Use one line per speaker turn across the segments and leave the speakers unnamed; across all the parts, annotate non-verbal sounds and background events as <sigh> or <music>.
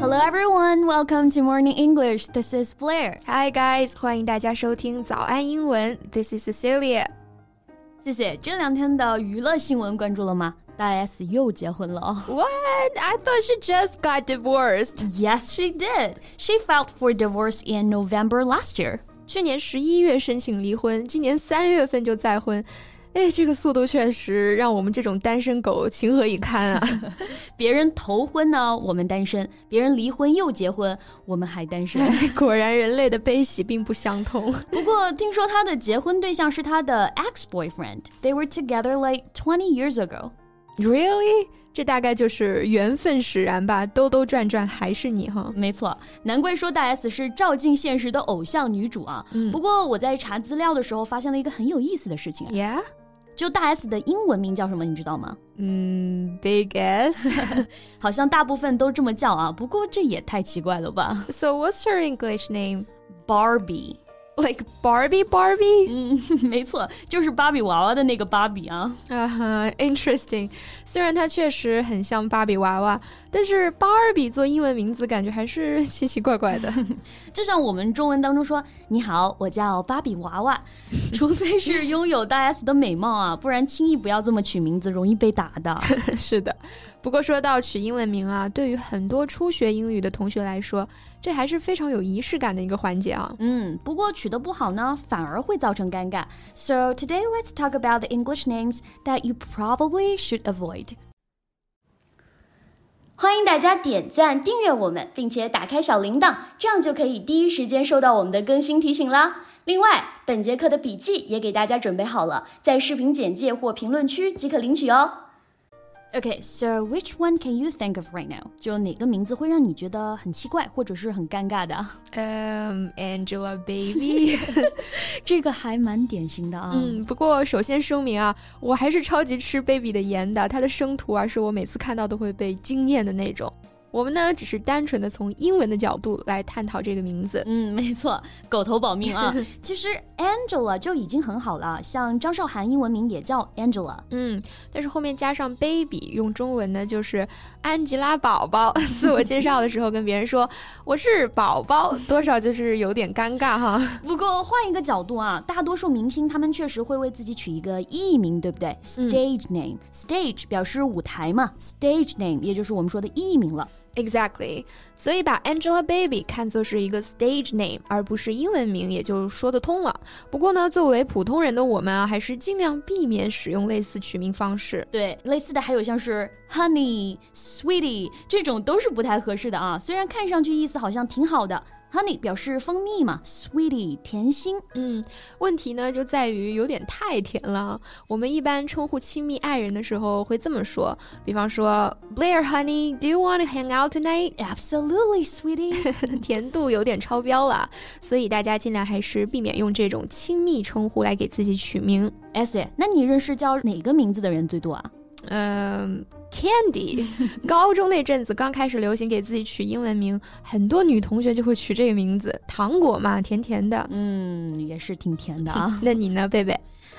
Hello everyone, welcome to Morning English. This is Blair.
Hi guys，欢迎大家收听早安英文，This is Cecilia。
谢谢。这两天的娱乐新闻关注了吗？大 S 又结婚了哦。
What? I thought she just got divorced。
Yes, she did. She filed for divorce in November last year.
去年十一月申请离婚，今年三月份就再婚。哎，这个速度确实让我们这种单身狗情何以堪啊！ <laughs>
别人头婚呢，我们单身；别人离婚又结婚，我们还单身。
<laughs> 果然人类的悲喜并不相同。
不过听说她的结婚对象是她的 ex boyfriend. They were together like twenty years ago.
Really？这大概就是缘分使然吧，兜兜转转还是你哈。
没错，难怪说大 S 是照进现实的偶像女主啊。
嗯
不过我在查资料的时候发现了一个很有意思的事情，啊
Yeah？
就大 S 的英文名叫什么，你知道吗？
嗯，Big Mm, S。
好像大部分都这么叫啊，不过这也太奇怪了吧
<laughs> So what's her English name?
？Barbie， <laughs>
Like Barbie Barbie?
嗯，没错，就是芭比娃娃的那个芭比啊。
啊哈、i n t e r e s t i n g 虽然它确实很像芭比娃娃，但是芭比做英文名字感觉还是奇奇怪怪的。
就像我们中文当中说“你好，我叫芭比娃娃”，除非是拥有大 S 的美貌啊，不然轻易不要这么取名字，容易被打的。
是的，不过说到取英文名啊，对于很多初学英语的同学来说，这还是非常有仪式感的一个环节啊。
嗯，不过取得不好呢，反而会造成尴尬。So today let's talk about the English names that you probably should avoid. 欢迎大家点赞、订阅我们，并且打开小铃铛，这样就可以第一时间收到我们的更新提醒啦。另外，本节课的笔记也给大家准备好了，在视频简介或评论区即可领取哦。Okay, so which one can you think of right now？就哪个名字会让你觉得很奇怪，或者是很尴尬的 <laughs> 啊？
嗯、a n g e l a b a b y
这个还蛮典型的啊。
嗯，不过首先声明啊，我还是超级吃 Baby 的颜的，她的生图啊，是我每次看到都会被惊艳的那种。我们呢，只是单纯的从英文的角度来探讨这个名字。
嗯，没错，狗头保命啊！其实 Angela 就已经很好了，像张韶涵英文名也叫 Angela。
嗯，但是后面加上 baby，用中文呢就是安吉拉宝宝。 <laughs> 自我介绍的时候跟别人说我是宝宝，多少就是有点尴尬哈。
不过换一个角度啊，大多数明星他们确实会为自己取一个艺名，对不对？Stage name，stage、Stage 表示舞台嘛，stage name 也就是我们说的艺名了。
Exactly，所以把 Angelababy 看作是一个 stage name，而不是英文名，也就说得通了。不过呢，作为普通人的我们啊，还是尽量避免使用类似取名方式。
对，类似的还有像是 honey、sweetie 这种都是不太合适的啊。虽然看上去意思好像挺好的，honey 表示蜂蜜嘛，sweetie 甜心。
嗯，问题呢就在于有点太甜了。我们一般称呼亲密爱人的时候会这么说，比方说 Blair honey, do you want to hang out tonight？ <laughs>
Absolutely, sweetie.
甜度有点超标了，所以大家尽量还是避免用这种亲密称呼来给自己取名。
S，那你认识叫哪个名字的人最多啊？
嗯、c a n d y <laughs> 高中那阵子刚开始流行给自己取英文名，很多女同学就会取这个名字，糖果嘛，甜甜的。
嗯，也是挺甜的
<laughs>
啊。
那你呢，贝贝？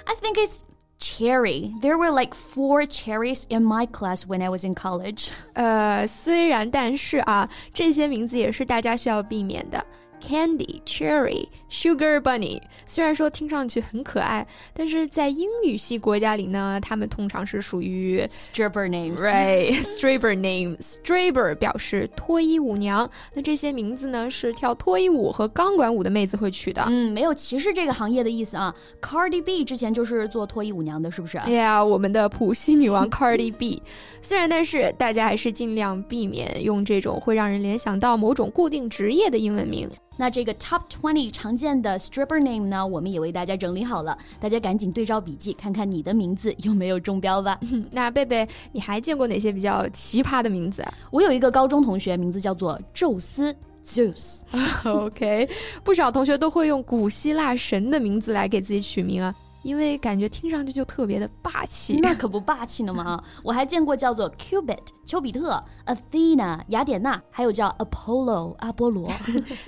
I think it's cherry. There were like four cherries in my class when I was in college.
呃，虽然但是啊，这些名字也是大家需要避免的。Candy、Cherry、Sugar Bunny，虽然说听上去很可爱，但是在英语系国家里呢，它们通常是属于
Stripper names.
right <laughs> stripper name。Stripper 表示脱衣舞娘，那这些名字呢是跳脱衣舞和钢管舞的妹子会取的。
嗯，没有歧视这个行业的意思啊。Cardi B 之前就是做脱衣舞娘的，是不是？
哎呀，我们的普西女王 Cardi B，虽 <laughs> 然但是大家还是尽量避免用这种会让人联想到某种固定职业的英文名。
那这个 Top Twenty 常见的 Stripper name 呢，我们也为大家整理好了，大家赶紧对照笔记，看看你的名字有没有中标吧。
那贝贝，你还见过哪些比较奇葩的名字啊
我有一个高中同学，名字叫做宙斯 Zeus。
？OK，不少同学都会用古希腊神的名字来给自己取名啊，因为感觉听上去就特别的霸气。
<laughs> 那可不霸气呢嘛！我还见过叫做 Cupid 丘比特、Athena 雅典娜，还有叫 Apollo 阿波罗。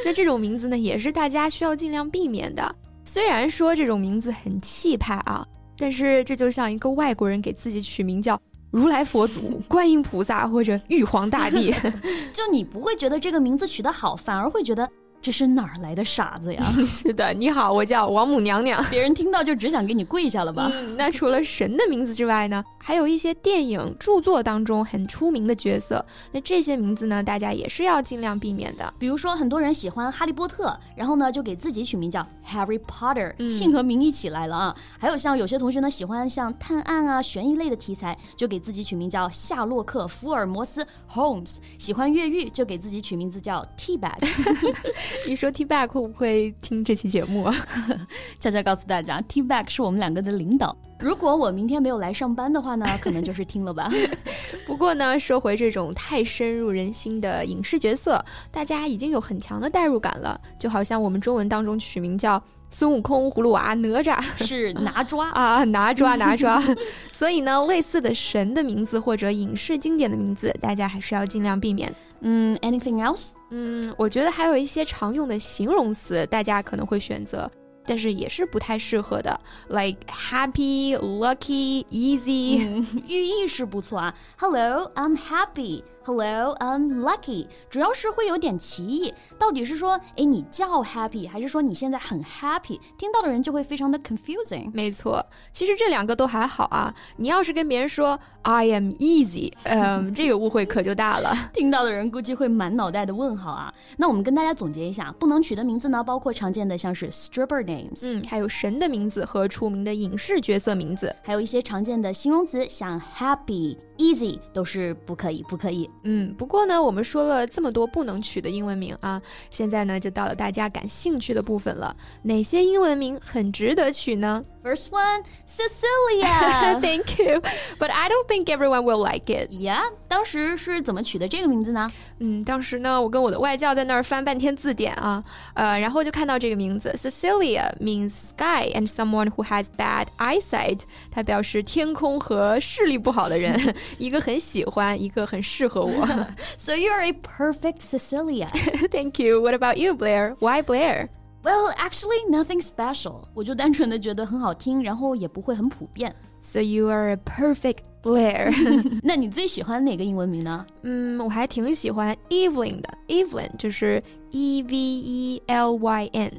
那这种名字呢，也是大家需要尽量避免的。虽然说这种名字很气派啊，但是这就像一个外国人给自己取名叫如来佛祖、观音菩萨或者玉皇大帝。 <laughs>
就你不会觉得这个名字取得好，反而会觉得这是哪儿来的傻子呀？
是的，你好，我叫王母娘娘。
别人听到就只想给你跪下了吧？
嗯，那除了神的名字之外呢，还有一些电影著作当中很出名的角色。那这些名字呢，大家也是要尽量避免的。
比如说，很多人喜欢哈利波特，然后呢就给自己取名叫 Harry Potter，、姓和名一起来了啊。还有像有些同学呢喜欢像探案啊、悬疑类的题材，就给自己取名叫夏洛克·福尔摩斯 Holmes；喜欢越狱，就给自己取名字叫 T-Bag。
你说 T Back 会不会听这期节目啊？
<laughs>
<laughs>
悄悄告诉大家，T-Bag 是我们两个的领导。如果我明天没有来上班的话呢，可能就是听了 <laughs> 吧。
不过呢，说回这种太深入人心的影视角色，大家已经有很强的代入感了，就好像我们中文当中取名叫孙悟空、葫芦娃、哪吒。
是拿抓，
啊，拿抓拿抓， <laughs> 所以呢，类似的神的名字或者影视经典的名字，大家还是要尽量避免。
嗯，anything else？
嗯，我觉得还有一些常用的形容词，大家可能会选择，但是也是不太适合的，like happy、lucky、easy。
寓意是不错啊。Hello, I'm happy. Hello, I'm lucky. 主要是会有点歧义，到底是说，哎，你叫 happy，还是说你现在很 happy？听到的人就会非常的 confusing。
<laughs> 没错，其实这两个都还好啊。你要是跟别人说 I am easy，嗯，这个误会可就大了。
<laughs> 听到的人估计会满脑袋的问号啊。那我们跟大家总结一下，不能取的名字呢，包括常见的像是 stripper names，、
嗯，还有神的名字和出名的影视角色名字。
还有一些常见的形容词，像 happy、easy 都是不可以，不可以。
嗯，不过呢，我们说了这么多不能取的英文名啊，现在呢就到了大家感兴趣的部分了。哪些英文名很值得取呢
First one,
<laughs>
Cecilia。
？Thank you, but I don't think everyone will like it.
<laughs> yeah，当时是怎么取的这个名字呢？
嗯，当时呢，我跟我的外教在那儿翻半天字典啊，呃，然后就看到这个名字，Cecilia means sky and someone who has bad eyesight。它表示天空和视力不好的人， <laughs> 一个很喜欢，一个很适合我。 <laughs>
So you're a perfect Cecilia. <laughs>
Thank you. What about you, Blair? Why Blair?
well, actually, nothing special. 我就单纯的觉得很好听，然后也不会很普遍。
So you are a perfect Blair.
那你最喜欢哪个英文名呢？
<laughs> 嗯，我还挺喜欢 Evelyn 的，Evelyn 就是 E V E L Y N。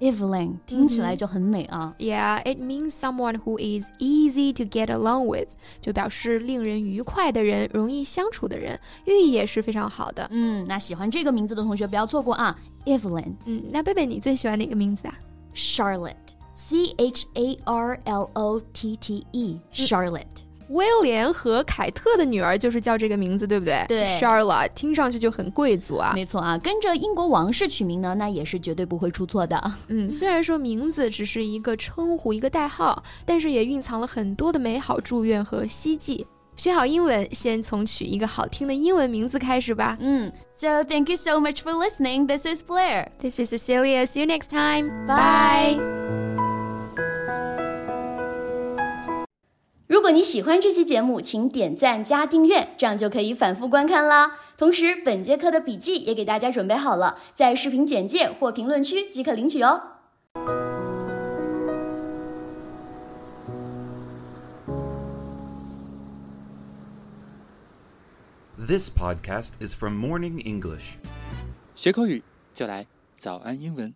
Evelyn 听起来就很美啊。
Yeah, it means someone who is easy to get along with，就表示令人愉快的人，容易相处的人，寓意也是非常好的。
嗯，那喜欢这个名字的同学不要错过啊。Evelyn
嗯，那贝贝你最喜欢哪个名字啊？
Charlotte C H A R L O T T E Charlotte。
威廉和凯特的女儿就是叫这个名字，对不对？
对
，Charlotte 听上去就很贵族啊。
没错啊，跟着英国王室取名呢，那也是绝对不会出错的。
嗯，虽然说名字只是一个称呼、一个代号，但是也蕴藏了很多的美好祝愿和希冀。学好英文，先从取一个好听的英文名字开始吧。
嗯，So thank you so much for listening. This is Blair.
This is Cecilia. See you next time.
Bye.
如果你喜欢这期节目，请点赞加订阅，这样就可以反复观看啦。同时，本节课的笔记也给大家准备好了，在视频简介或评论区即可领取哦。
This podcast is from Morning English.
学口语就来早安英文。